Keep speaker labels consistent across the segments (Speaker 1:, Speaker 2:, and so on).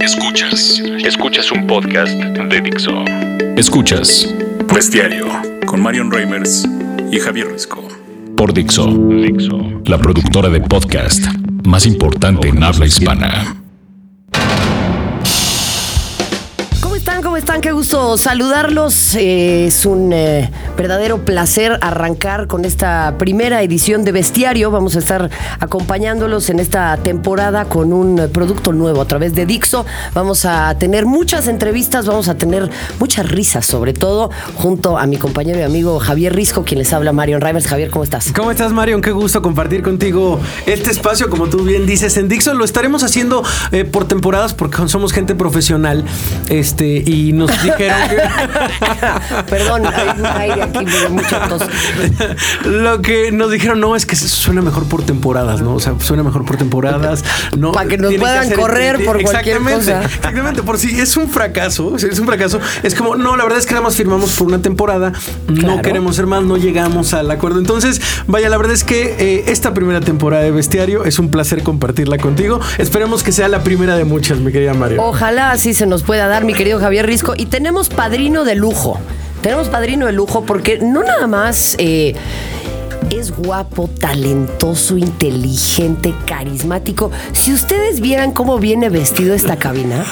Speaker 1: Escuchas. Escuchas un podcast de Dixo. Escuchas
Speaker 2: Bestiario con Marion Reimers y Javier Risco.
Speaker 1: por Dixo, la productora de podcast más importante en habla hispana.
Speaker 3: ¿Cómo están? ¿Cómo están? Qué gusto saludarlos. Eh, es un eh, verdadero placer arrancar con esta primera edición de Bestiario. Vamos a estar acompañándolos en esta temporada con un eh, producto nuevo a través de Dixo. Vamos a tener muchas entrevistas, vamos a tener muchas risas, sobre todo junto a mi compañero y amigo Javier Risco, quien les habla Marion Reimers. Javier, ¿cómo estás?
Speaker 4: ¿Cómo estás, Marion? Qué gusto compartir contigo este espacio, como tú bien dices, en Dixon. Lo estaremos haciendo eh, por temporadas porque somos gente profesional. Este, y nos dijeron
Speaker 3: Perdón, hay un aire aquí, mucho tos.
Speaker 4: que. lo que nos dijeron, no, es que suena mejor por temporadas, ¿no? O sea, suena mejor por temporadas. No,
Speaker 3: Pa' que nos
Speaker 4: tienen
Speaker 3: puedan
Speaker 4: hacer-
Speaker 3: correr por cualquier
Speaker 4: Exactamente,
Speaker 3: cosa.
Speaker 4: Exactamente, por si es un fracaso, si es un fracaso, es como, no, la verdad es que nada más firmamos por una temporada,
Speaker 3: Claro.
Speaker 4: no queremos ser más, no llegamos al acuerdo. Entonces, vaya, la verdad es que eh, esta primera temporada de Bestiario es un placer compartirla contigo. Esperemos que sea la primera de muchas, mi querida Mario.
Speaker 3: Ojalá así se nos pueda dar, mi querido Javier Risco. Y tenemos padrino de lujo. Tenemos padrino de lujo porque no nada más eh, es guapo, talentoso, inteligente, carismático. Si ustedes vieran cómo viene vestido esta cabina,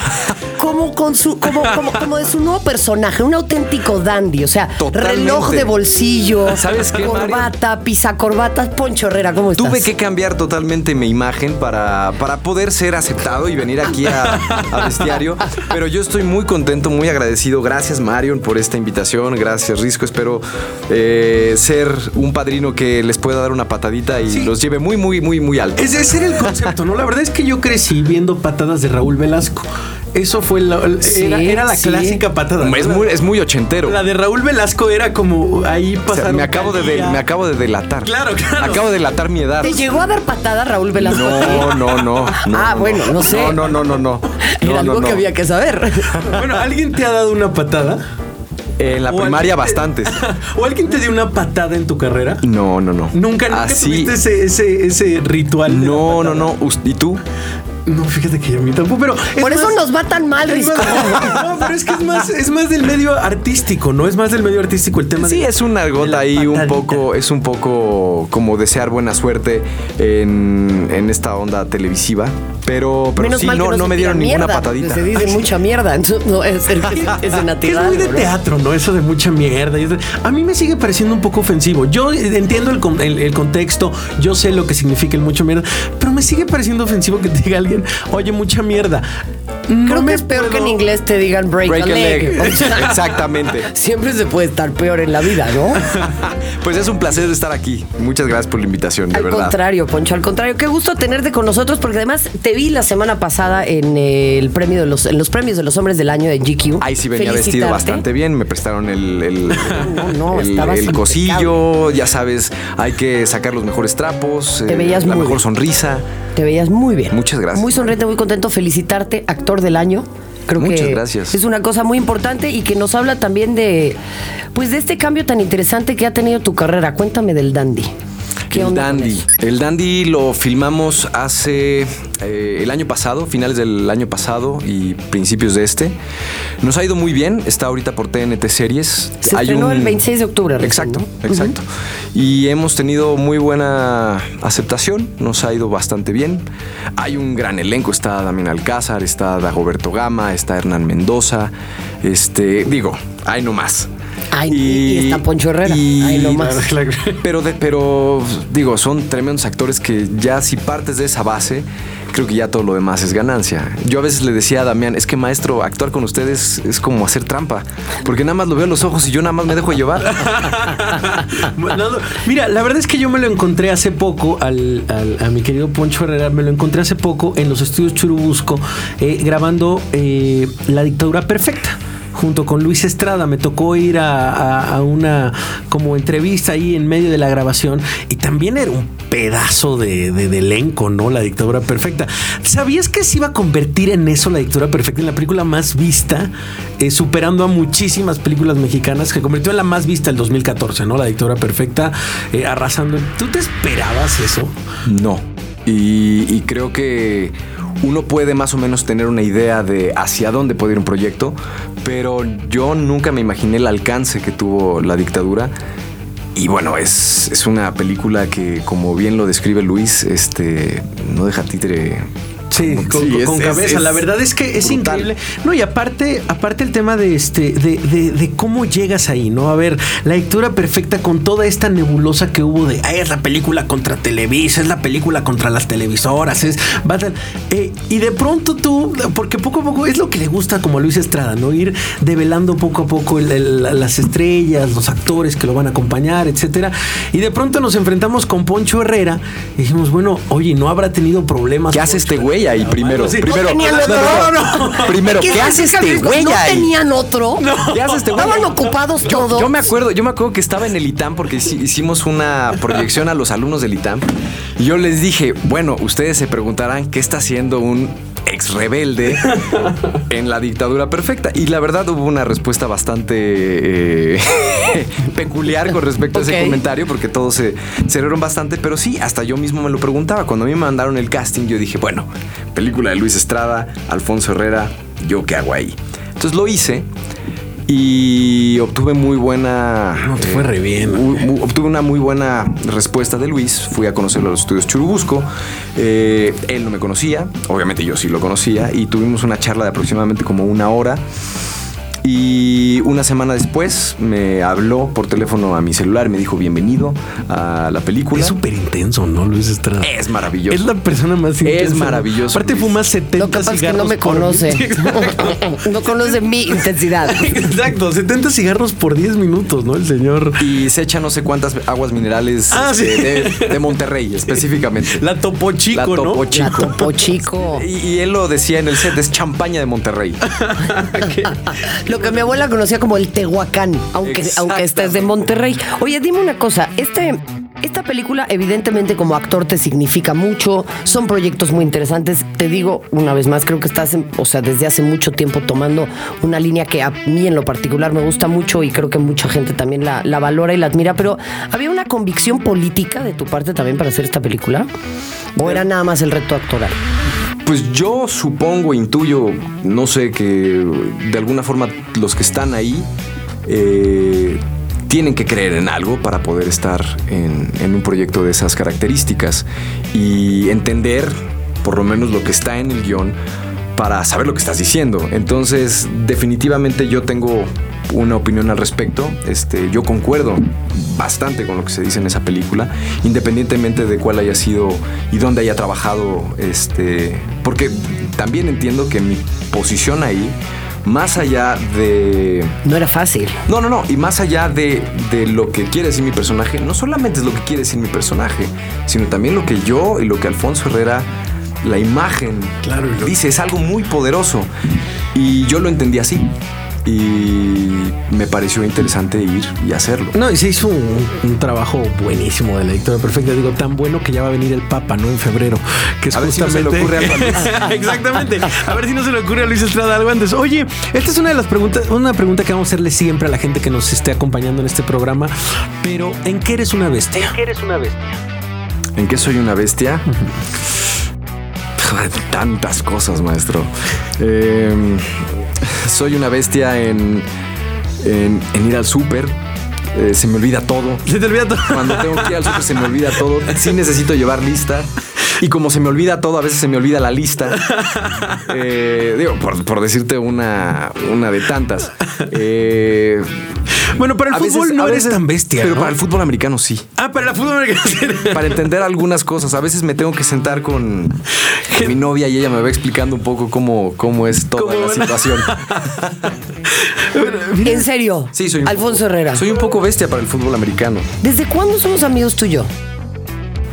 Speaker 3: como, con su, como, como, como de su nuevo personaje, un auténtico dandy. O sea,
Speaker 5: Totalmente.
Speaker 3: reloj de bolsillo,
Speaker 5: ¿Sabes qué, Mario?
Speaker 3: corbata, pisacorbatas, poncho herrera. ¿Cómo estás?
Speaker 5: Tuve que cambiar totalmente mi imagen para, para poder ser aceptado y venir aquí a, a Bestiario. Pero yo estoy muy contento, muy agradecido. Gracias, Marion, por esta invitación. Gracias, Risco. Espero eh, ser un padrino que les pueda dar una patadita y
Speaker 4: Sí.
Speaker 5: los lleve muy, muy, muy, muy alto.
Speaker 4: Es ese era el concepto, ¿no? La verdad es que yo crecí viendo patadas de Raúl Velasco. Eso fue la, el-
Speaker 3: Sí,
Speaker 4: era, era la
Speaker 3: sí.
Speaker 4: clásica patada. ¿no?
Speaker 5: Es muy, es muy ochentero.
Speaker 4: La de Raúl Velasco era como ahí
Speaker 5: O sea,
Speaker 4: pasaron.
Speaker 5: me, acabo de, del-
Speaker 4: Talía.
Speaker 5: me acabo de delatar.
Speaker 4: Claro, claro.
Speaker 5: Acabo de delatar mi edad.
Speaker 3: ¿Te llegó a dar patada Raúl Velasco?
Speaker 5: No, no, no. no,
Speaker 3: Ah,
Speaker 5: no,
Speaker 3: bueno, no sé.
Speaker 5: No, no, no, no. no.
Speaker 3: Era
Speaker 5: No, no,
Speaker 3: algo que
Speaker 5: no.
Speaker 3: había que saber.
Speaker 4: Bueno, ¿alguien te ha dado una patada?
Speaker 5: En la
Speaker 4: ¿O
Speaker 5: primaria,
Speaker 4: alguien te-
Speaker 5: bastantes.
Speaker 4: ¿O alguien te dio una patada en tu carrera?
Speaker 5: No, no, no.
Speaker 4: Nunca, nunca
Speaker 5: Así.
Speaker 4: tuviste ese, ese, ese ritual. de
Speaker 5: No,
Speaker 4: la
Speaker 5: no,
Speaker 4: patada?
Speaker 5: no. Us- ¿Y tú?
Speaker 4: No, fíjate que a mí tampoco, pero. es
Speaker 3: Por eso
Speaker 4: más-
Speaker 3: nos va tan mal,
Speaker 4: es
Speaker 3: Risco.
Speaker 4: más- No, pero es que es más, es más del medio artístico, ¿no? Es más del medio artístico el tema.
Speaker 5: Sí,
Speaker 4: de-
Speaker 5: es una
Speaker 4: de la
Speaker 5: gota ahí un
Speaker 4: patadita.
Speaker 5: poco, es un poco como desear buena suerte en, en esta onda televisiva. Pero, pero sí, no, no
Speaker 3: se
Speaker 5: me dieron
Speaker 3: tira
Speaker 5: ninguna
Speaker 3: mierda,
Speaker 5: patadita.
Speaker 3: Se dice mucha mierda. Entonces, no, es, es, es de
Speaker 4: Que es
Speaker 3: natural.
Speaker 4: muy de
Speaker 3: ¿no?
Speaker 4: teatro, ¿no? Eso de mucha mierda. y eso- A mí me sigue pareciendo un poco ofensivo. Yo entiendo el, con- el- el contexto, yo sé lo que significa el mucha mierda, pero me sigue pareciendo ofensivo que te diga alguien, oye, mucha mierda. No
Speaker 3: Creo
Speaker 4: me
Speaker 3: que es peor
Speaker 4: puedo-
Speaker 3: que en inglés te digan break,
Speaker 5: Break
Speaker 3: a leg. O sea,
Speaker 5: Exactamente.
Speaker 3: siempre se puede estar peor en la vida, ¿no?
Speaker 5: Pues es un placer estar aquí. Muchas gracias por la invitación, de
Speaker 3: Al
Speaker 5: verdad.
Speaker 3: contrario, Poncho, al contrario. Qué gusto tenerte con nosotros porque además te vi la semana pasada en eh, el premio de los, en los premios de los hombres del año de GQ.
Speaker 5: Ahí sí venía
Speaker 3: Felicitarte.
Speaker 5: vestido bastante bien, me prestaron el, el,
Speaker 3: No, no,
Speaker 5: el-
Speaker 3: estabas
Speaker 5: el
Speaker 3: impecable.
Speaker 5: cosillo, ya sabes, hay que sacar los mejores trapos,
Speaker 3: Te
Speaker 5: eh,
Speaker 3: veías
Speaker 5: la
Speaker 3: muy
Speaker 5: mejor
Speaker 3: bien.
Speaker 5: sonrisa.
Speaker 3: Te veías muy bien.
Speaker 5: Muchas gracias.
Speaker 3: Muy sonriente, muy contento. Felicitarte, actor del año. Creo
Speaker 5: Muchas
Speaker 3: que
Speaker 5: gracias.
Speaker 3: es una cosa muy importante y que nos habla también de pues de este cambio tan interesante que ha tenido tu carrera. Cuéntame del Dandy. ¿Qué
Speaker 5: el
Speaker 3: onda con
Speaker 5: Dandy.
Speaker 3: eso?
Speaker 5: El Dandy lo filmamos hace eh, el año pasado, finales del año pasado y principios de este. Nos ha ido muy bien, está ahorita por TNT Series.
Speaker 3: Se estrenó el 26 de octubre, recién,
Speaker 5: Exacto,
Speaker 3: ¿no?
Speaker 5: exacto. Y hemos tenido muy buena aceptación, nos ha ido bastante bien. Hay un gran elenco, está Damián Alcázar, está Dagoberto Gama, está Hernán Mendoza, este, digo, hay no más.
Speaker 3: Ay, y, y está Poncho Herrera.
Speaker 5: y-
Speaker 3: Ay, lo más.
Speaker 4: Claro, claro.
Speaker 5: pero, de- pero digo, son tremendos actores que ya si partes de esa base, creo que ya todo lo demás es ganancia. Yo a veces le decía a Damián, es que maestro, actuar con ustedes es como hacer trampa, porque nada más lo veo a los ojos y yo nada más me dejo llevar.
Speaker 4: No, no. Mira, la verdad es que yo me lo encontré hace poco al, al- a mi querido Poncho Herrera, me lo encontré hace poco en los estudios Churubusco eh, grabando eh, La Dictadura Perfecta. Junto con Luis Estrada me tocó ir a, a- a una como entrevista ahí en medio de la grabación y también era un pedazo de, de- de elenco, ¿no? La dictadura perfecta. ¿Sabías que se iba a convertir en eso la dictadura perfecta, en la película más vista, eh, superando a muchísimas películas mexicanas, que convirtió en la más vista el 2014, ¿no? La dictadura perfecta, eh, arrasando. ¿Tú te esperabas eso?
Speaker 5: No. Y, y creo que uno puede más o menos tener una idea de hacia dónde puede ir un proyecto, pero yo nunca me imaginé el alcance que tuvo la dictadura. Y bueno, es, es una película que, como bien lo describe Luis, este no deja títere
Speaker 4: Sí, con,
Speaker 5: Sí, es-
Speaker 4: con
Speaker 5: es-
Speaker 4: cabeza.
Speaker 5: es
Speaker 4: la verdad es que es
Speaker 5: brutal.
Speaker 4: increíble. No, y aparte, aparte el tema de este, de, de- de cómo llegas ahí, ¿no? A ver, la lectura perfecta con toda esta nebulosa que hubo de "Ay, es la película contra Televisa, es la película contra las televisoras, es Battle. Eh, y de pronto tú, porque poco a poco es lo que le gusta como a Luis Estrada, ¿no? Ir develando poco a poco el- el- las estrellas, los actores que lo van a acompañar, etcétera. Y de pronto nos enfrentamos con Poncho Herrera y dijimos, bueno, oye, no habrá tenido problemas.
Speaker 5: ¿Qué hace
Speaker 4: Poncho
Speaker 5: este güey ahí primero?
Speaker 4: sí.
Speaker 5: primero,
Speaker 3: No tenían otro.
Speaker 5: primero,
Speaker 3: ¿Qué
Speaker 5: ¿qué hace
Speaker 3: significa
Speaker 5: este
Speaker 3: Francisco?
Speaker 5: güey
Speaker 3: ¿No
Speaker 5: ahí?
Speaker 3: tenían otro?
Speaker 5: ¿Qué hace este güey?
Speaker 3: Estaban ocupados todos.
Speaker 5: Yo me acuerdo, yo me acuerdo que estaba en el ITAM porque hici- hicimos una proyección a los alumnos del ITAM. Y yo les dije, bueno, ustedes se preguntarán qué está haciendo un ex rebelde en la dictadura perfecta. Y la verdad hubo una respuesta bastante eh, peculiar con respecto a
Speaker 3: Ok.
Speaker 5: ese comentario porque todos se, se rieron bastante, pero sí, hasta yo mismo me lo preguntaba. Cuando a mí me mandaron el casting, yo dije, bueno, película de Luis Estrada, Alfonso Herrera, ¿yo qué hago ahí? Entonces lo hice y obtuve muy buena.
Speaker 4: Ah, No, te fue re bien,
Speaker 5: u- u- obtuve una muy buena respuesta de Luis. Fui a conocerlo a los estudios Churubusco. Eh, él no me conocía, obviamente yo sí lo conocía, y tuvimos una charla de aproximadamente como una hora. Y una semana después me habló por teléfono a mi celular, me dijo bienvenido a la película.
Speaker 4: Es súper intenso, ¿no, Luis Estrada?
Speaker 5: Eh, Es maravilloso.
Speaker 4: Es la persona más intensa.
Speaker 5: maravilloso,
Speaker 4: Aparte
Speaker 5: Luis.
Speaker 4: fuma 70
Speaker 3: Lo que pasa es que
Speaker 4: cigarros
Speaker 3: no me
Speaker 4: por-
Speaker 3: conoce.
Speaker 4: Sí,
Speaker 3: no conoce mi intensidad.
Speaker 4: Exacto, 70 cigarros por 10 minutos, ¿no? El señor.
Speaker 5: Y se echa no sé cuántas aguas minerales
Speaker 4: Ah,
Speaker 5: este,
Speaker 4: sí.
Speaker 5: de, de Monterrey específicamente.
Speaker 4: La Topo Chico,
Speaker 5: La Topo
Speaker 4: ¿no?
Speaker 5: Chico.
Speaker 3: La topo chico.
Speaker 5: Y, y él lo decía en el set, es champaña de Monterrey.
Speaker 3: Lo que mi abuela conocía como el Tehuacán, aunque, aunque estés de
Speaker 5: Exactamente.
Speaker 3: Monterrey. Oye, dime una cosa, este, esta película evidentemente como actor te significa mucho, son proyectos muy interesantes. Te digo una vez más, creo que estás, en- o sea, desde hace mucho tiempo tomando una línea que a mí en lo particular me gusta mucho y creo que mucha gente también la, la valora y la admira, pero ¿había una convicción política de tu parte también para hacer esta película? ¿O era nada más el reto actoral?
Speaker 5: Pues yo supongo, intuyo, no sé, que de alguna forma los que están ahí eh, tienen que creer en algo para poder estar en, en un proyecto de esas características y entender por lo menos lo que está en el guión para saber lo que estás diciendo. Entonces, definitivamente yo tengo una opinión al respecto. Este, yo concuerdo bastante con lo que se dice en esa película, independientemente de cuál haya sido y dónde haya trabajado. Este, porque también entiendo que mi posición ahí, más allá de
Speaker 3: No era fácil.
Speaker 5: no, no, no. Y más allá de, de lo que quiere decir mi personaje, no solamente es lo que quiere decir mi personaje, sino también lo que yo y lo que Alfonso Herrera, la imagen,
Speaker 4: Claro, y lo-
Speaker 5: dice, es algo muy poderoso. Y yo lo entendí así. Y me pareció interesante ir y hacerlo.
Speaker 4: No, y se hizo un, un trabajo buenísimo de la dictadura perfecta. Digo, tan bueno que ya va a venir el Papa, ¿no? En febrero. Que es
Speaker 5: A ver si no se
Speaker 4: justamente.
Speaker 5: le ocurre algo
Speaker 4: Exactamente. A ver si no se le ocurre a Luis Estrada algo antes. Oye, esta es una de las preguntas, una pregunta que vamos a hacerle siempre a la gente que nos esté acompañando en este programa. Pero, ¿en qué eres una bestia?
Speaker 5: ¿En qué soy una bestia? Joder, Tantas cosas, maestro. Eh, soy una bestia en, en, en ir al súper. Eh, se me olvida todo.
Speaker 4: Se te olvida todo.
Speaker 5: Cuando tengo que ir al súper se me olvida todo. Sí necesito llevar lista. Y como se me olvida todo, a veces se me olvida la lista. Eh, digo, por, por decirte una, una de tantas. Eh,
Speaker 4: Bueno, para el
Speaker 5: a veces-
Speaker 4: fútbol no
Speaker 5: a
Speaker 4: eres
Speaker 5: veces-
Speaker 4: tan bestia.
Speaker 5: Pero
Speaker 4: ¿no?
Speaker 5: para el fútbol americano sí
Speaker 4: Ah, para el fútbol americano.
Speaker 5: para entender algunas cosas. A veces me tengo que sentar con mi novia y ella me va explicando un poco cómo, cómo es toda
Speaker 4: ¿Cómo
Speaker 5: la
Speaker 4: van?
Speaker 5: situación.
Speaker 3: En serio.
Speaker 5: Sí, soy un
Speaker 3: Alfonso
Speaker 5: poco-
Speaker 3: Herrera.
Speaker 5: Soy un poco bestia para el fútbol americano.
Speaker 3: ¿Desde cuándo somos amigos tú y yo?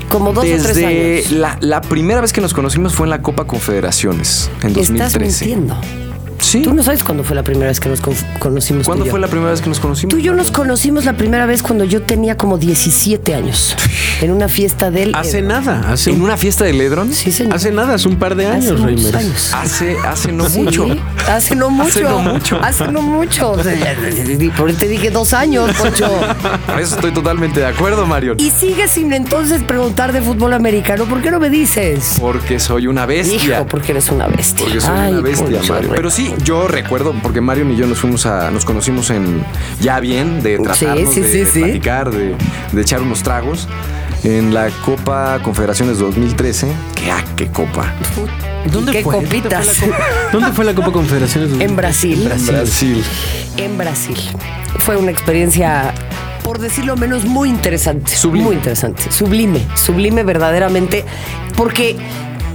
Speaker 3: Como dos o tres
Speaker 5: Desde
Speaker 3: años.
Speaker 5: la, la primera vez que nos conocimos fue en la Copa Confederaciones en
Speaker 3: Estás
Speaker 5: 2013.
Speaker 3: mintiendo.
Speaker 5: sí.
Speaker 3: Tú no sabes cuándo fue la primera vez que nos conf- conocimos. tú
Speaker 5: ¿Cuándo
Speaker 3: y yo.
Speaker 5: fue la primera vez que nos conocimos?
Speaker 3: Tú y yo nos conocimos la primera vez cuando yo tenía como 17 años. En una fiesta del. eh,
Speaker 4: Hace nada, hace,
Speaker 5: ¿En una fiesta de Ledron?
Speaker 3: Sí, señor.
Speaker 4: hace nada, hace un par de
Speaker 3: Hace
Speaker 4: años,
Speaker 3: muchos
Speaker 4: Reimers.
Speaker 3: años.
Speaker 5: Hace, Ah, hace no
Speaker 3: Sí,
Speaker 5: mucho.
Speaker 3: Hace no mucho.
Speaker 5: Hace no mucho.
Speaker 3: Hace no mucho. O sea, y Por eso te dije dos años, Poncho.
Speaker 5: Por eso estoy totalmente de acuerdo, Marion.
Speaker 3: Y sigues sin entonces preguntar de fútbol americano. ¿Por qué no me dices?
Speaker 5: Porque soy una bestia.
Speaker 3: Hijo, porque eres una bestia.
Speaker 5: Porque soy
Speaker 3: Ay,
Speaker 5: una bestia,
Speaker 3: Poncho,
Speaker 5: Mario.
Speaker 3: re-
Speaker 5: Pero sí, yo recuerdo, porque Mario y yo nos fuimos a. nos conocimos en. ya bien, de tratarnos,
Speaker 3: sí,
Speaker 5: de,
Speaker 3: sí,
Speaker 5: de
Speaker 3: sí.
Speaker 5: platicar, de, de echar unos tragos. En la Copa Confederaciones 2013. ¡Qué, ah, qué copa!
Speaker 4: ¿Dónde
Speaker 3: ¿Qué
Speaker 4: fue?
Speaker 3: copitas?
Speaker 4: ¿Dónde fue la Copa Confederaciones?
Speaker 3: En Brasil.
Speaker 5: Brasil.
Speaker 3: En Brasil. Fue una experiencia, por decirlo menos, muy interesante.
Speaker 5: Sublime.
Speaker 3: Muy interesante. Sublime. Sublime verdaderamente. Porque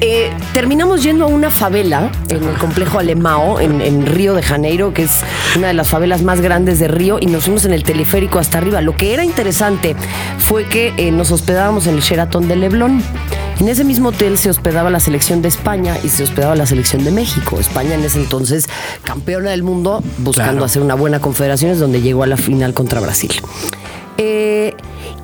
Speaker 3: eh, terminamos yendo a una favela en el complejo Alemao, en, en Río de Janeiro, que es una de las favelas más grandes de Río, y nos fuimos en el teleférico hasta arriba. Lo que era interesante fue que eh, nos hospedábamos en el Sheraton de Leblon. En ese mismo hotel se hospedaba la selección de España y se hospedaba la selección de México. España en ese entonces campeona del mundo, buscando
Speaker 4: Claro.
Speaker 3: hacer una buena confederaciones donde llegó a la final contra Brasil. Eh,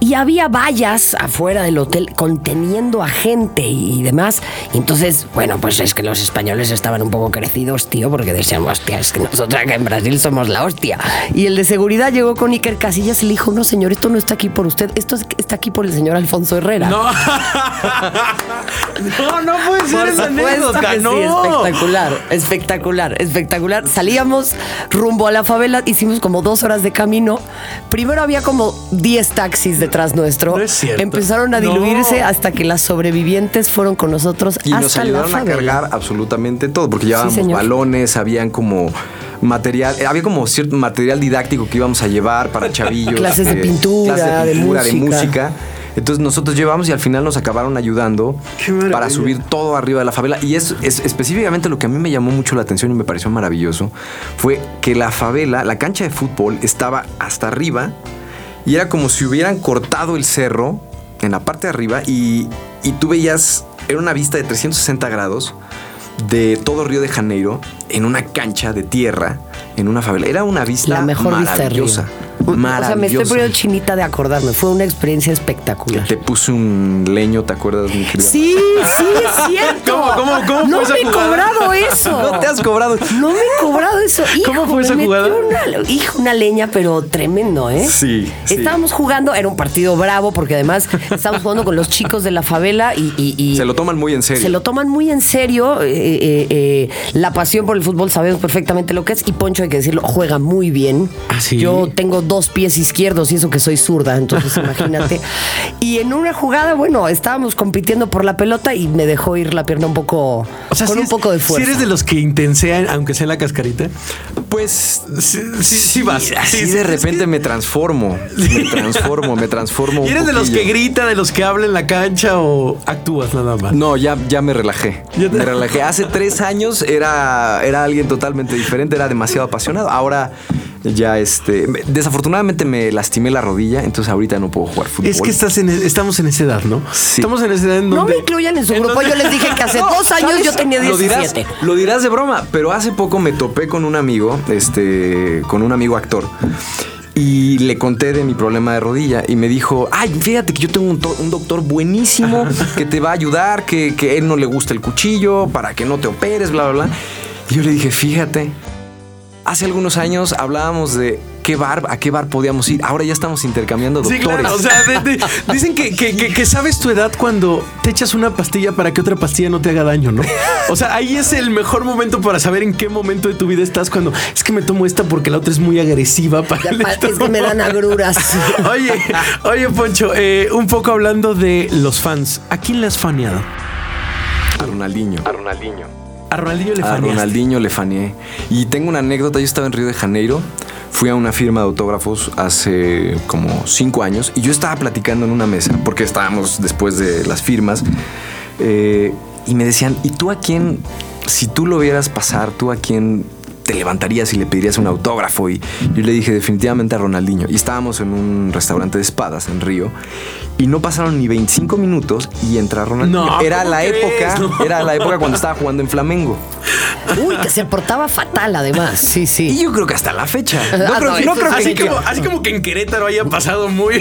Speaker 3: y había vallas afuera del hotel conteniendo a gente y, y demás. Y entonces, bueno, pues es que los españoles estaban un poco crecidos, tío, porque decían, hostia, es que nosotros acá en Brasil somos la hostia. Y el de seguridad llegó con Iker Casillas y le dijo, no, señor, esto no está aquí por usted, esto es- está aquí por el señor Alfonso Herrera.
Speaker 4: No. no, no puede ser esa
Speaker 3: Supuesto
Speaker 4: anécdota.
Speaker 3: que sí,
Speaker 4: no.
Speaker 3: espectacular, espectacular, espectacular. Salíamos rumbo a la favela, hicimos como dos horas de camino. Primero había como 10 taxis detrás nuestro.
Speaker 4: No es cierto.
Speaker 3: Empezaron a
Speaker 4: No.
Speaker 3: diluirse hasta que las sobrevivientes fueron con nosotros
Speaker 5: Y
Speaker 3: hasta
Speaker 5: nos
Speaker 3: la
Speaker 5: ayudaron a
Speaker 3: favela.
Speaker 5: cargar absolutamente todo, porque llevábamos
Speaker 3: señor.
Speaker 5: balones, habían como material, eh, había como cierto material didáctico que íbamos a llevar para chavillos. eh,
Speaker 3: Clases de pintura,
Speaker 5: clases
Speaker 3: de
Speaker 5: de
Speaker 3: música.
Speaker 5: música. Entonces nosotros llevamos y al final nos acabaron ayudando
Speaker 4: Qué maravilla.
Speaker 5: para subir todo arriba de la favela. Y es, es específicamente lo que a mí me llamó mucho la atención y me pareció maravilloso, fue que la favela, la cancha de fútbol, estaba hasta arriba y era como si hubieran cortado el cerro en la parte de arriba y, y tú veías, era una vista de 360 grados de todo Río de Janeiro en una cancha de tierra, en una favela. Era una vista
Speaker 3: La mejor vista de Río.
Speaker 5: maravillosa.
Speaker 3: O sea, me estoy
Speaker 5: maravillosa.
Speaker 3: poniendo chinita de acordarme. Fue una experiencia espectacular.
Speaker 5: Te puse un leño, ¿te acuerdas, mi querida?
Speaker 3: Sí, sí, es cierto.
Speaker 4: ¿Cómo, cómo, cómo
Speaker 3: no
Speaker 4: fue esa
Speaker 3: me he
Speaker 4: jugada?
Speaker 3: cobrado eso.
Speaker 5: No te has cobrado.
Speaker 3: No me he cobrado eso. Hijo,
Speaker 4: ¿Cómo fue
Speaker 3: me
Speaker 4: esa
Speaker 3: metí
Speaker 4: jugada?
Speaker 3: Una, hijo, una leña, pero tremendo, ¿eh?
Speaker 5: Sí, sí.
Speaker 3: Estábamos jugando, era un partido bravo, porque además estábamos jugando con los chicos de la favela y. y- y-
Speaker 5: Se lo toman muy en serio.
Speaker 3: se lo toman muy en serio. eh, eh, eh, la pasión por el fútbol sabemos perfectamente lo que es. Y Poncho, hay que decirlo, juega muy bien.
Speaker 4: ¿Ah, sí?
Speaker 3: Yo tengo dos pies izquierdos y eso que soy zurda, entonces imagínate. Y en una jugada, bueno, estábamos compitiendo por la pelota y me dejó ir la pierna un poco.
Speaker 4: O sea,
Speaker 3: con
Speaker 4: si
Speaker 3: un
Speaker 4: es-
Speaker 3: poco de fuerza.
Speaker 4: Si eres de los que intensean, aunque sea la cascarita.
Speaker 5: Pues
Speaker 4: Sí, sí, sí vas.
Speaker 5: así
Speaker 4: Sí,
Speaker 5: de
Speaker 4: sí,
Speaker 5: repente me transformo. Me transformo, me transformo. un
Speaker 4: ¿Y eres de los
Speaker 5: poquillo.
Speaker 4: que grita, de los que habla en la cancha o actúas nada más?
Speaker 5: No, ya, ya me relajé.
Speaker 4: Ya te-
Speaker 5: Me relajé. Hace tres años era, era alguien totalmente diferente, era demasiado apasionado. Ahora ya este. me- Desafortunadamente me lastimé la rodilla, entonces ahorita no puedo jugar fútbol.
Speaker 4: Es que estás en, e, estamos en esa edad, ¿no?
Speaker 5: Sí.
Speaker 4: Estamos en esa edad en donde...
Speaker 3: No me incluyan en su grupo. Yo les dije que hace dos años yo tenía
Speaker 5: Lo dirás,
Speaker 3: 17.
Speaker 5: lo dirás de broma, pero hace poco me topé con un amigo, este, con un amigo actor. Y le conté de mi problema de rodilla y me dijo, ay, fíjate que yo tengo un, to- un doctor buenísimo que te va a ayudar, que, que él no le gusta el cuchillo, para que no te operes, bla, bla, bla. Y yo le dije, fíjate, hace algunos años hablábamos de qué bar, a qué bar podíamos ir. Ahora ya estamos intercambiando
Speaker 4: Sí,
Speaker 5: doctores.
Speaker 4: claro. O sea, de- de- dicen que, que- que- que sabes tu edad cuando te echas una pastilla para que otra pastilla no te haga daño, ¿no? O sea, ahí es el mejor momento para saber en qué momento de tu vida estás cuando es que me tomo esta porque la otra es muy agresiva para
Speaker 3: Ya
Speaker 4: el
Speaker 3: pa- es que
Speaker 4: estómago".
Speaker 3: me dan agruras.
Speaker 4: Oye, oye, Poncho, eh, un poco hablando de los fans. ¿A quién le has faneado?
Speaker 5: A Ronaldinho.
Speaker 4: A Ronaldinho le
Speaker 5: A
Speaker 4: faneaste.
Speaker 5: Ronaldinho le faneé. Y tengo una anécdota, yo estaba en Río de Janeiro, fui a una firma de autógrafos hace como cinco años y yo estaba platicando en una mesa, porque estábamos después de las firmas, eh, y me decían, ¿y tú a quién, si tú lo vieras pasar, tú a quién te levantarías y le pedirías un autógrafo? Y yo le dije, definitivamente a Ronaldinho. Y estábamos en un restaurante de espadas en Río, y no pasaron ni 25 minutos y entra Ronaldinho.
Speaker 4: No,
Speaker 5: era
Speaker 4: ¿cómo
Speaker 5: la
Speaker 4: crees?
Speaker 5: época,
Speaker 4: No.
Speaker 5: era la época cuando estaba jugando en Flamengo.
Speaker 3: Uy, que se portaba fatal además. Sí,
Speaker 5: Y
Speaker 3: sí.
Speaker 5: yo creo que hasta la fecha.
Speaker 3: Ah,
Speaker 5: No creo,
Speaker 3: no,
Speaker 5: no
Speaker 3: eso
Speaker 5: creo
Speaker 3: sí
Speaker 4: Así
Speaker 5: que,
Speaker 4: como, así como que en Querétaro haya pasado muy.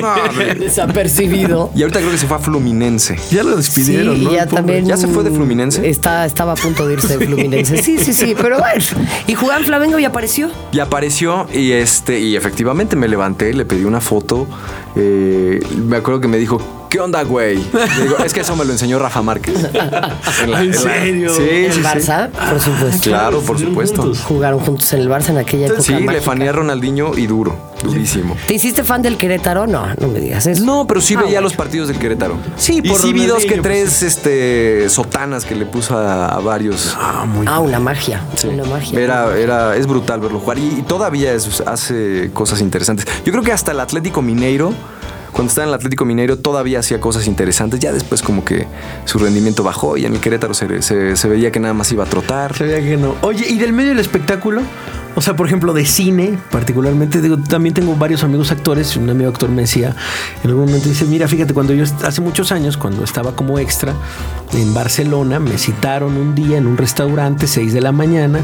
Speaker 5: No, a ver.
Speaker 3: Desapercibido.
Speaker 5: Y ahorita creo que se fue a Fluminense.
Speaker 4: ya lo
Speaker 3: Sí,
Speaker 4: despidieron,
Speaker 3: y
Speaker 4: ¿no?
Speaker 3: ya
Speaker 4: El pobre.
Speaker 3: también.
Speaker 5: ¿Ya se fue de Fluminense?
Speaker 3: Está, estaba a punto de irse de Fluminense. Sí, sí, sí, pero bueno. Y jugaba en Flamengo y apareció.
Speaker 5: Y apareció y este y efectivamente me levanté, le pedí una foto. eh, me acuerdo que me dijo, ¿qué onda, güey? Le digo, es que eso me lo enseñó Rafa Márquez. En la-
Speaker 4: ¿En
Speaker 5: la-
Speaker 4: serio?
Speaker 5: Sí,
Speaker 3: en
Speaker 5: sí, sí.
Speaker 3: Barça, por supuesto.
Speaker 5: Claro, por supuesto.
Speaker 3: Jugaron juntos en el Barça en aquella época.
Speaker 5: Sí, le
Speaker 3: mágica.
Speaker 5: faneé a Ronaldinho y duro, durísimo.
Speaker 3: ¿Te hiciste fan del Querétaro? No, no me digas eso.
Speaker 5: No, pero sí
Speaker 3: Ah,
Speaker 5: veía
Speaker 3: bueno.
Speaker 5: los partidos del Querétaro.
Speaker 4: Sí,
Speaker 5: y
Speaker 4: por
Speaker 5: sí vi dos que
Speaker 4: Ronaldinho,
Speaker 3: pues
Speaker 5: tres este, sotanas que le puso a, a varios.
Speaker 4: Ah, muy
Speaker 3: Ah, una magia. Una magia.
Speaker 5: Era, era, es brutal verlo jugar y, y todavía es- hace cosas interesantes. Yo creo que hasta el Atlético Mineiro, cuando estaba en el Atlético Mineiro, todavía hacía cosas interesantes. Ya después como que su rendimiento bajó y en el Querétaro se, se- se veía que nada más iba a trotar.
Speaker 4: Sabía que no. Oye, ¿y del medio del espectáculo? O sea, por ejemplo, de cine, particularmente, digo, también tengo varios amigos actores. Un amigo actor me decía, en algún momento dice, mira, fíjate, cuando yo est- hace muchos años, cuando estaba como extra en Barcelona, me citaron un día en un restaurante, 6 de la mañana.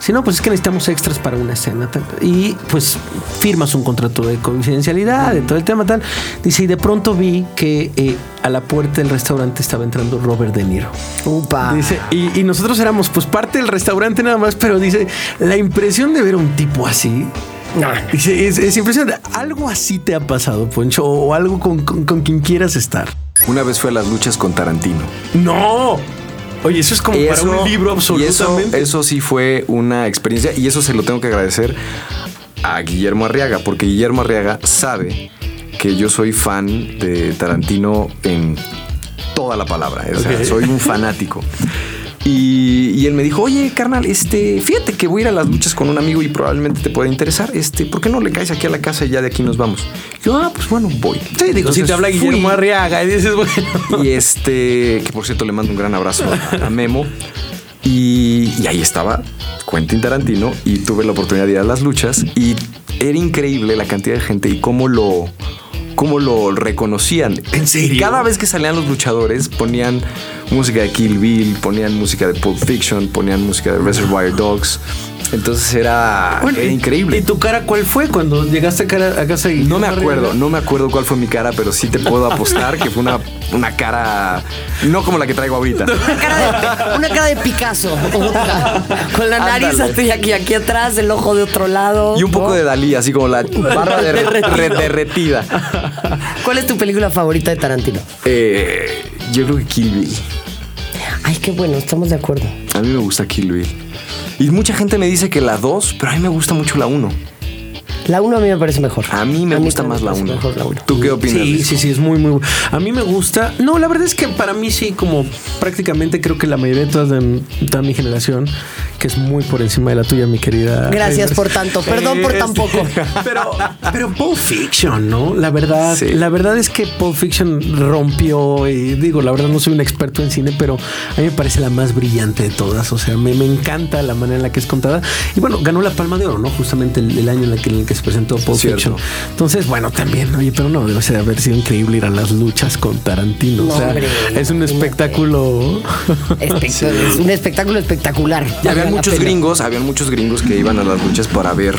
Speaker 4: Si no, pues es que necesitamos extras para una escena. tal, tal". Y pues firmas un contrato de confidencialidad, de todo el tema tal. Dice, y de pronto vi que eh, a la puerta del restaurante estaba entrando Robert De Niro.
Speaker 3: Upa.
Speaker 4: Dice, y, y nosotros éramos pues parte del restaurante nada más, pero dice, la impresión de ver a un tipo así.
Speaker 3: No.
Speaker 4: Dice, es, es impresionante. Algo así te ha pasado, Poncho, o algo con, con- con quien quieras estar.
Speaker 5: Una vez fue a las luchas con Tarantino.
Speaker 4: ¡No! Oye, eso es como para un libro
Speaker 5: y eso,
Speaker 4: absolutamente.
Speaker 5: eso sí fue una experiencia y eso se lo tengo que agradecer a Guillermo Arriaga, porque Guillermo Arriaga sabe que yo soy fan de Tarantino en toda la palabra. O sea, soy un fanático. Y, y él me dijo, oye, carnal, este, fíjate que voy a ir a las luchas con un amigo y probablemente te pueda interesar. Este, ¿por qué no le caes aquí a la casa y ya de aquí nos vamos? Y yo, ah, pues bueno, voy.
Speaker 4: Sí, digo, si
Speaker 5: Entonces
Speaker 4: te habla
Speaker 5: fui.
Speaker 4: Guillermo Arriaga y dices, bueno.
Speaker 5: Y este, que por cierto le mando un gran abrazo a, a Memo. Y, y ahí estaba Quentin Tarantino y tuve la oportunidad de ir a las luchas y era increíble la cantidad de gente y cómo lo, cómo lo reconocían.
Speaker 4: ¿En serio?
Speaker 5: Cada vez que salían los luchadores ponían música de Kill Bill, ponían música de Pulp Fiction, ponían música de Reservoir Dogs. Entonces era,
Speaker 4: Bueno,
Speaker 5: era
Speaker 4: y-
Speaker 5: increíble.
Speaker 4: ¿Y tu cara cuál fue cuando llegaste a, cara- a casa? y-
Speaker 5: No me acuerdo, no me acuerdo cuál fue mi cara, pero sí te puedo apostar que fue una, una cara no como la que traigo ahorita.
Speaker 3: Una cara de, una cara de Picasso. Con la nariz
Speaker 5: Ándale.
Speaker 3: así aquí, aquí atrás, el ojo de otro lado.
Speaker 5: Y un poco
Speaker 3: ¿no?
Speaker 5: de Dalí, así como la barba de- re- derretida.
Speaker 3: ¿Cuál es tu película favorita de Tarantino?
Speaker 5: Eh, yo creo que Kill Bill.
Speaker 3: Ay, qué bueno, estamos de acuerdo.
Speaker 5: A mí me gusta Kill Bill. Y mucha gente me dice que la 2, pero a mí me gusta mucho la 1.
Speaker 3: La 1 a mí me parece mejor.
Speaker 5: A mí me gusta
Speaker 3: también
Speaker 5: más la
Speaker 3: me parece
Speaker 5: 1.
Speaker 3: Mejor la 1.
Speaker 5: ¿Tú qué opinas?
Speaker 4: Sí,
Speaker 5: Luis?
Speaker 4: sí, sí, es muy, muy bueno. A mí me gusta. No, la verdad es que para mí sí, como prácticamente creo que la mayoría de todas de toda mi generación, que es muy por encima de la tuya, mi querida. Este,
Speaker 3: Gracias
Speaker 4: Reimers.
Speaker 3: por tanto. Perdón por tan poco.
Speaker 4: Pero, pero Pulp Fiction, ¿no? La verdad,
Speaker 5: Sí.
Speaker 4: la verdad es que Pulp Fiction rompió, y digo, la verdad no soy un experto en cine, pero a mí me parece la más brillante de todas. O sea, me, me encanta la manera en la que es contada. Y bueno, ganó la Palma de Oro, ¿no? Justamente el, el año en, la que, en el que se presentó Pulp
Speaker 5: Cierto.
Speaker 4: Fiction. Entonces, bueno, también, oye, pero no, debe ser de haber sido increíble ir a las luchas con Tarantino.
Speaker 3: No,
Speaker 4: o sea,
Speaker 3: hombre,
Speaker 4: es un
Speaker 3: imagínate.
Speaker 4: espectáculo.
Speaker 3: Espectac- Es un espectáculo espectacular.
Speaker 5: habían
Speaker 3: Vale la
Speaker 5: muchos
Speaker 3: pena.
Speaker 5: gringos, habían muchos gringos que iban a las luchas para ver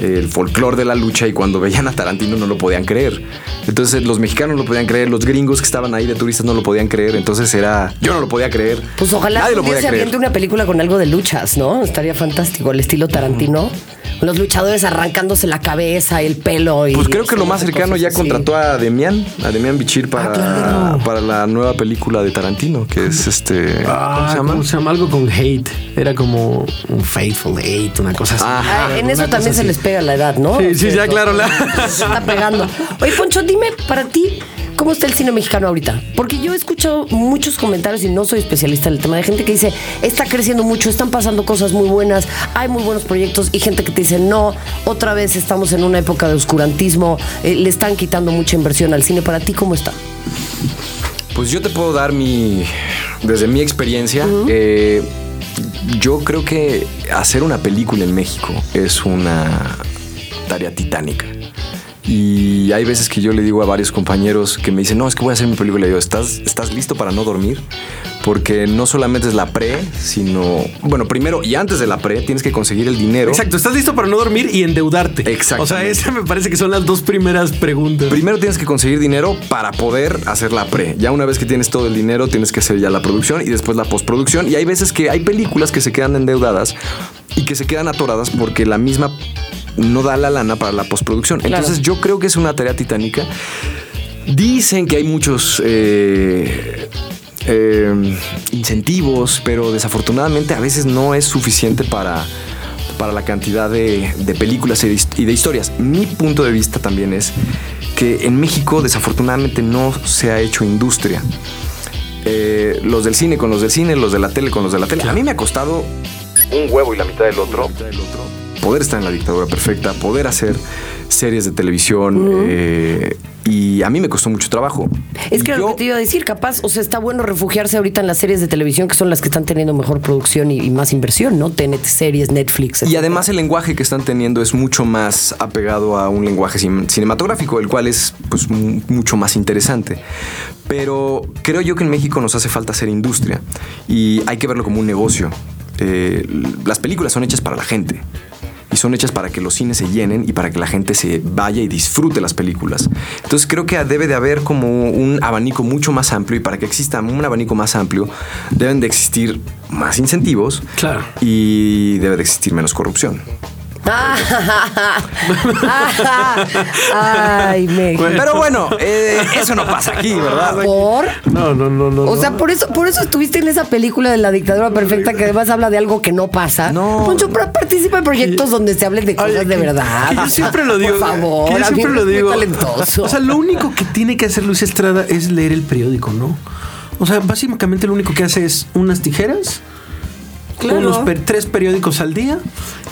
Speaker 5: el folclore de la lucha y cuando veían a Tarantino no lo podían creer. Entonces los mexicanos no lo podían creer, los gringos que estaban ahí de turistas no lo podían creer, entonces era yo no lo podía creer.
Speaker 3: Pues ojalá
Speaker 5: nadie
Speaker 3: un
Speaker 5: lo
Speaker 3: día
Speaker 5: podía
Speaker 3: se aviente
Speaker 5: creer.
Speaker 3: una película con algo de luchas, ¿no? Estaría fantástico, al estilo Tarantino. Los luchadores arrancándose la cabeza, el pelo y.
Speaker 5: Pues creo que lo
Speaker 3: sí,
Speaker 5: más cercano
Speaker 3: cosas
Speaker 5: ya
Speaker 3: así. Ah,
Speaker 5: contrató a Demian, a Demian Bichir para, para la nueva película de Tarantino, que es este ¿cómo
Speaker 3: Ah,
Speaker 5: se llama?
Speaker 4: Ah, ¿Cómo se llama? Algo con hate. Era como un faithful hate, una cosa así.
Speaker 5: Ah.
Speaker 3: Ah, en eso también se les pega la edad, ¿no?
Speaker 4: Sí, sí, ya, claro, la-
Speaker 3: Se está pegando. Oye, Poncho, dime para ti, ¿cómo está el cine mexicano ahorita? Porque yo he escuchado muchos comentarios y no soy especialista en el tema de gente que dice, está creciendo mucho, están pasando cosas muy buenas, hay muy buenos proyectos y gente que te dice, no, otra vez estamos en una época de oscurantismo, eh, le están quitando mucha inversión al cine. Para ti, ¿cómo está?
Speaker 5: Pues yo te puedo dar mi. Desde mi experiencia, eh, yo creo que hacer una película en México es una tarea titánica. Y hay veces que yo le digo a varios compañeros que me dicen, no, es que voy a hacer mi película. Y yo, ¿estás, estás listo para no dormir? Porque no solamente es la pre, sino, bueno, primero y antes de la pre tienes que conseguir el dinero.
Speaker 4: Exacto, estás listo para no dormir y endeudarte.
Speaker 5: Exactamente.
Speaker 4: O sea, esas me parece que son las dos primeras preguntas.
Speaker 5: Primero tienes que conseguir dinero para poder hacer la pre. Ya una vez que tienes todo el dinero, tienes que hacer ya la producción y después la postproducción. Y hay veces que hay películas que se quedan endeudadas y que se quedan atoradas porque la misma no da la lana para la postproducción. Entonces yo creo que es una tarea titánica. Dicen que hay muchos eh, eh, incentivos, pero desafortunadamente a veces no es suficiente para, para la cantidad de, de películas y de, hist- y de historias. Mi punto de vista también es que en México desafortunadamente no se ha hecho industria. Eh, los del cine con los del cine, los de la tele con los de la tele. A mí me ha costado un huevo y la mitad del otro. Poder estar en la dictadura perfecta, poder hacer series de televisión. eh, y a mí me costó mucho trabajo.
Speaker 3: Es que era
Speaker 5: Yo-
Speaker 3: lo que te iba a decir, capaz, o sea, está bueno refugiarse ahorita en las series de televisión que son las que están teniendo mejor producción y, y más inversión, ¿no? TNT series, Netflix.
Speaker 5: Y
Speaker 3: etcétera.
Speaker 5: además el lenguaje que están teniendo es mucho más apegado a un lenguaje cin- cinematográfico, el cual es pues, mu- mucho más interesante. Pero creo yo que en México nos hace falta hacer industria y hay que verlo como un negocio. Eh, las películas son hechas para la gente y son hechas para que los cines se llenen y para que la gente se vaya y disfrute las películas. Entonces creo que debe de haber como un abanico mucho más amplio y para que exista un abanico más amplio deben de existir más incentivos
Speaker 4: Claro.
Speaker 5: y debe de existir menos corrupción.
Speaker 3: Ah, Ay, me.
Speaker 5: Pero bueno, eh, eso no pasa aquí, ¿verdad?
Speaker 3: ¿Por?
Speaker 4: No, no, no, no.
Speaker 3: O sea, por eso, por eso estuviste en esa película de la dictadura perfecta que además habla de algo que no pasa.
Speaker 5: No.
Speaker 3: Poncho, pero participa en proyectos donde se hablen de cosas
Speaker 4: Oye,
Speaker 3: de
Speaker 4: que-
Speaker 3: verdad.
Speaker 4: que yo siempre lo digo.
Speaker 3: Por favor,
Speaker 4: que yo
Speaker 3: a mí
Speaker 4: siempre
Speaker 3: eres
Speaker 4: lo
Speaker 3: muy
Speaker 4: digo.
Speaker 3: talentoso.
Speaker 4: O sea, lo único que tiene que hacer Luis Estrada es leer el periódico, ¿no? O sea, básicamente lo único que hace es unas tijeras,
Speaker 3: Claro.
Speaker 4: unos per- tres periódicos al día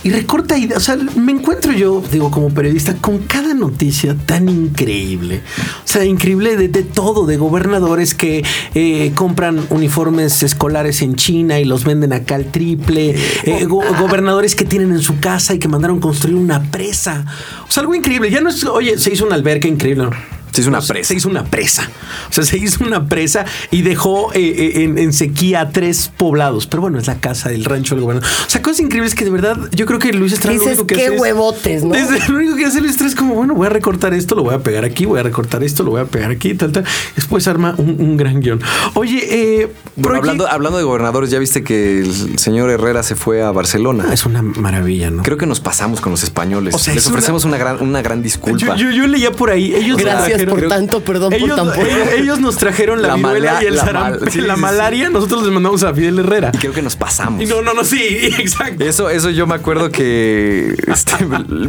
Speaker 4: y recorta y, o sea, me encuentro yo, digo, como periodista, con cada noticia tan increíble. O sea, increíble de, de todo, de gobernadores que eh, compran uniformes escolares en China y los venden acá al triple, eh, go-
Speaker 5: Ah.
Speaker 4: gobernadores que tienen en su casa y que mandaron construir una presa. O sea, algo increíble. Ya no es, oye, se hizo una alberca increíble. no.
Speaker 5: Se hizo una
Speaker 4: O sea,
Speaker 5: presa.
Speaker 4: Se hizo una presa. O sea, se hizo una presa y dejó eh, eh, en, en sequía a tres poblados. Pero bueno, es la casa del rancho del gobernador. O sea, cosas increíbles que de verdad yo creo que Luis Estrada lo
Speaker 3: Dices,
Speaker 4: único que
Speaker 3: "Qué
Speaker 4: hace es-
Speaker 3: huevotes", ¿no?
Speaker 4: Desde- lo único que hace Luis Estrada es como, bueno, voy a recortar esto, lo voy a pegar aquí, voy a recortar esto, lo voy a pegar aquí, tal, tal. Después arma un, un gran guión. Oye, eh, Project-
Speaker 5: Bueno, hablando, hablando de gobernadores, ya viste que el señor Herrera se fue a Barcelona.
Speaker 4: Ah, es una maravilla, ¿no?
Speaker 5: Creo que nos pasamos con los españoles.
Speaker 4: O sea,
Speaker 5: Les
Speaker 4: es una-
Speaker 5: ofrecemos una, gran, una gran disculpa.
Speaker 4: Yo, yo- yo leía por ahí. Ellos nos
Speaker 3: Gracias
Speaker 4: trajeron-
Speaker 3: por tanto, perdón por
Speaker 4: ellos,
Speaker 3: tan poco.
Speaker 4: Ellos, ellos nos trajeron la,
Speaker 5: La
Speaker 4: viruela
Speaker 5: malea-
Speaker 4: y el
Speaker 5: la mal-
Speaker 4: sarampe-
Speaker 5: sí,
Speaker 4: la
Speaker 5: sí, sí.
Speaker 4: malaria. Nosotros les mandamos a Fidel Herrera.
Speaker 5: Y creo que nos pasamos.
Speaker 4: Y no, no, no, sí, exacto.
Speaker 5: Eso, eso yo me acuerdo que este,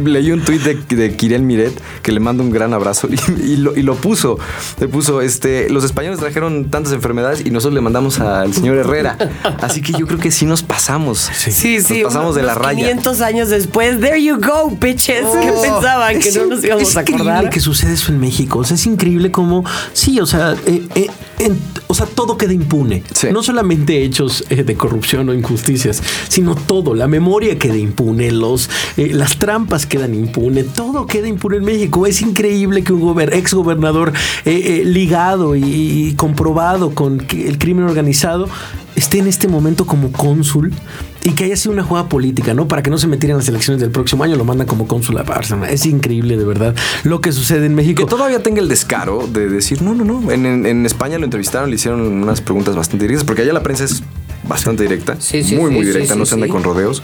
Speaker 5: leí un tuit de, de Kiriel Miret que le mando un gran abrazo y, y lo, y lo puso. Le puso, este, los españoles trajeron tantas enfermedades y nosotros le mandamos al señor Herrera. Así que yo creo que sí nos pasamos.
Speaker 3: Sí, sí.
Speaker 5: Nos
Speaker 3: unos-
Speaker 5: pasamos de la
Speaker 3: unos
Speaker 5: raya.
Speaker 3: 500 años después, there you go, bitches. ¿Qué pensaban? Que
Speaker 4: Es
Speaker 3: no
Speaker 4: in-
Speaker 3: nos íbamos
Speaker 4: es
Speaker 3: a acordar.
Speaker 4: increíble que sucede eso en México. O sea, es increíble cómo, sí, o sea, eh, eh, en- o sea, todo queda impune.
Speaker 5: Sí.
Speaker 4: No solamente hechos eh, de corrupción o injusticias, sino todo. La memoria queda impune, los, eh, las trampas quedan impune, todo queda impune en México. Es increíble que un gober- ex gobernador ligado y, y comprobado con que- el crimen organizado esté en este momento como cónsul y que haya sido una jugada política, ¿no? Para que no se metiera en las elecciones del próximo año, lo mandan como cónsul a Barcelona. Es increíble, de verdad, lo que sucede en México.
Speaker 5: Que todavía tenga el descaro de decir, no, no, no. En, en- en España lo entrevistaron, le hicieron unas preguntas bastante directas, porque allá la prensa es bastante directa.
Speaker 3: Sí, sí,
Speaker 5: muy,
Speaker 3: sí,
Speaker 5: muy
Speaker 3: sí,
Speaker 5: directa,
Speaker 3: sí,
Speaker 5: no se anda
Speaker 3: sí.
Speaker 5: con rodeos.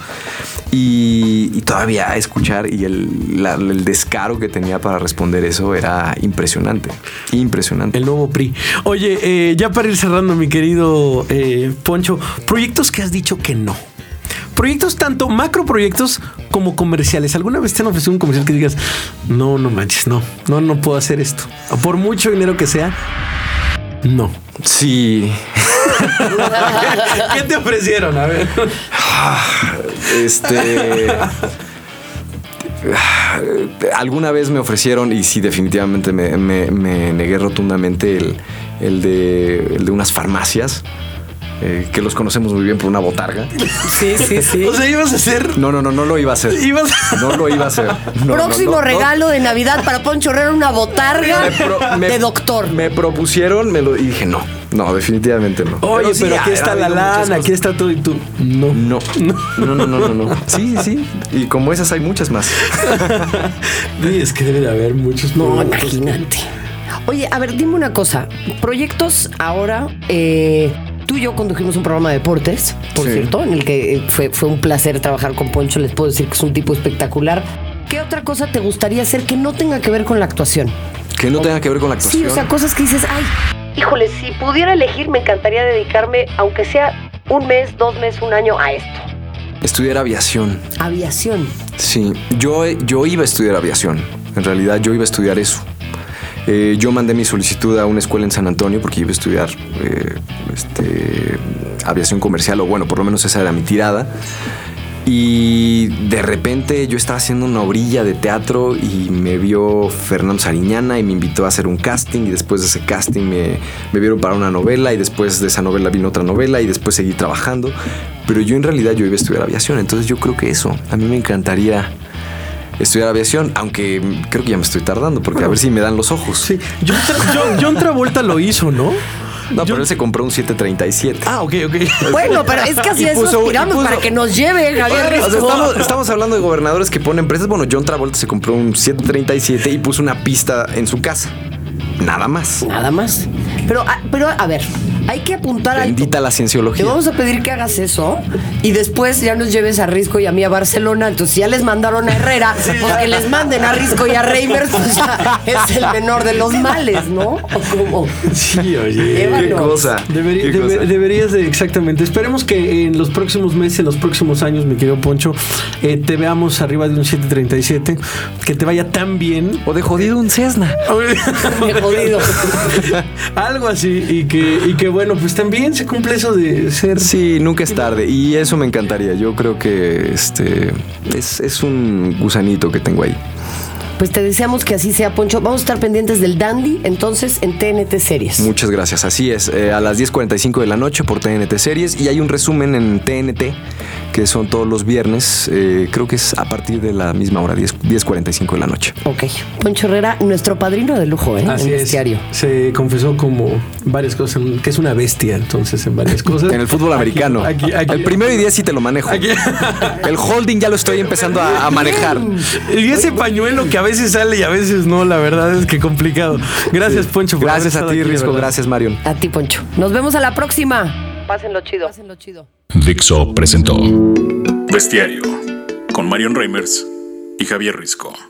Speaker 5: Y, y todavía escuchar y el, la- el descaro que tenía para responder eso era impresionante. Impresionante.
Speaker 4: El nuevo PRI. Oye, eh, ya para ir cerrando, mi querido eh, Poncho, proyectos que has dicho que no. Proyectos tanto macro proyectos como comerciales. ¿Alguna vez te han ofrecido un comercial que digas, no, no manches, no, no, no puedo hacer esto? Por mucho dinero que sea, no.
Speaker 5: Sí.
Speaker 4: ¿Qué te ofrecieron? A ver.
Speaker 5: Este. ah, Alguna vez me ofrecieron, y sí, definitivamente me, me- me negué rotundamente el, el de, el de unas farmacias. eh, que los conocemos muy bien por una botarga.
Speaker 3: Sí, sí, sí.
Speaker 4: O sea, ibas a hacer.
Speaker 5: No, no, no, no lo iba a hacer.
Speaker 4: Ibas a-
Speaker 5: No lo iba a hacer. No,
Speaker 3: Próximo
Speaker 5: no, no, no.
Speaker 3: regalo de Navidad para Poncho Herrera, una botarga
Speaker 5: Me pro- me-
Speaker 3: de doctor.
Speaker 5: Me propusieron, me lo y dije, no, no, definitivamente no.
Speaker 4: Oye, pero,
Speaker 5: sí,
Speaker 4: aquí
Speaker 5: ha-
Speaker 4: está
Speaker 5: ha
Speaker 4: la
Speaker 5: habido muchas
Speaker 4: lana,
Speaker 5: cosas.
Speaker 4: aquí está todo y tú. No.
Speaker 5: No, no, no, no, no, no. Sí, sí, sí. Y como esas hay muchas más.
Speaker 4: Oye, es que debe de haber muchos.
Speaker 3: No,
Speaker 4: productos.
Speaker 3: imagínate. Oye, a ver, dime una cosa. Proyectos ahora. eh, tú y yo condujimos un programa de deportes, por
Speaker 5: Sí.
Speaker 3: cierto, en el que eh, fue, fue un placer trabajar con Poncho. Les puedo decir que es un tipo espectacular. ¿Qué otra cosa te gustaría hacer que no tenga que ver con la actuación?
Speaker 5: Que no tenga que ver con la
Speaker 3: Oh. Sí,
Speaker 5: actuación.
Speaker 3: o sea, cosas que dices, ay, híjole, si pudiera elegir, me encantaría dedicarme, aunque sea un mes, dos meses, un año, a esto.
Speaker 5: Estudiar aviación.
Speaker 3: Aviación.
Speaker 5: Sí, yo, yo iba a estudiar aviación. En realidad yo iba a estudiar eso. Eh, yo mandé mi solicitud a una escuela en San Antonio porque iba a estudiar eh, este, aviación comercial, o bueno, por lo menos esa era mi tirada. Y de repente yo estaba haciendo una orilla de teatro y me vio Fernando Sariñana y me invitó a hacer un casting y después de ese casting me, me vieron para una novela y después de esa novela vino otra novela y después seguí trabajando. Pero yo en realidad yo iba a estudiar aviación, entonces yo creo que eso, a mí me encantaría estudiar aviación, aunque creo que ya me estoy tardando porque a ver si me dan los ojos.
Speaker 4: Sí. John, Tra- John- John Travolta lo hizo, ¿no?
Speaker 5: No, pero él se compró un 737.
Speaker 4: Ah, ok, ok.
Speaker 3: Bueno, pero es que así
Speaker 5: Y
Speaker 3: es,
Speaker 5: puso-
Speaker 3: nos
Speaker 5: y
Speaker 3: tiramos
Speaker 5: puso-
Speaker 3: para que nos lleve, Javier.
Speaker 5: O sea,
Speaker 3: Risco.
Speaker 5: estamos, estamos hablando de gobernadores que ponen empresas. Bueno, John Travolta se compró un 737 y puso una pista en su casa. Nada más.
Speaker 3: Nada más. Pero, a- pero a ver, hay que apuntar al.
Speaker 5: Bendita la
Speaker 3: Te
Speaker 5: cienciología.
Speaker 3: vamos a pedir que hagas eso y después ya nos lleves a Risco y a mí a Barcelona. Entonces, si ya les mandaron a Herrera, pues que les manden a Risco y a Reimers, pues ya es el menor de los males, ¿no? ¿O cómo?
Speaker 4: Sí, oye.
Speaker 5: Qué
Speaker 3: Llévanos.
Speaker 5: cosa.
Speaker 4: Deberi-
Speaker 5: qué
Speaker 4: debe-
Speaker 5: cosa.
Speaker 4: deberías de, exactamente. Esperemos que en los próximos meses, en los próximos años, mi querido Poncho, eh, te veamos arriba de un 737, que te vaya tan bien.
Speaker 5: O de jodido un Cessna.
Speaker 3: Qué jodido.
Speaker 4: Algo así. Y que, y que bueno, pues también se cumple eso de ser.
Speaker 5: Sí, nunca es tarde. Y eso me encantaría. Yo creo que este es, es un gusanito que tengo ahí.
Speaker 3: Pues te deseamos que así sea, Poncho. Vamos a estar pendientes del Dandy, entonces, en TNT Series.
Speaker 5: Muchas gracias. Así es. eh, a las 10.45 de la noche por TNT Series. Y hay un resumen en TNT que son todos los viernes. eh, creo que es a partir de la misma hora, 10 10.45 de la noche.
Speaker 3: Ok. Poncho Herrera, nuestro padrino de lujo, ¿eh?
Speaker 4: Así
Speaker 3: en
Speaker 4: es.
Speaker 3: Bestiario.
Speaker 4: Se confesó como varias cosas, en- que es una bestia, entonces, en varias cosas.
Speaker 5: En el fútbol
Speaker 4: Aquí-
Speaker 5: americano.
Speaker 4: aquí- aquí-
Speaker 5: el primero y diez sí te lo manejo.
Speaker 4: Aquí-
Speaker 5: El holding ya lo estoy empezando a, a manejar.
Speaker 4: Y ese pañuelo que a veces sale y a veces no, la verdad es que complicado. Gracias, Poncho. por haber
Speaker 5: Gracias a
Speaker 4: estado
Speaker 5: ti,
Speaker 4: aquí, de
Speaker 5: Risco.
Speaker 4: verdad.
Speaker 5: Gracias, Marion.
Speaker 3: A ti, Poncho. Nos vemos a la próxima. Pásenlo chido. Pásenlo chido.
Speaker 1: Dixo presentó.
Speaker 2: Bestiario con Marion Reimers y Javier Risco.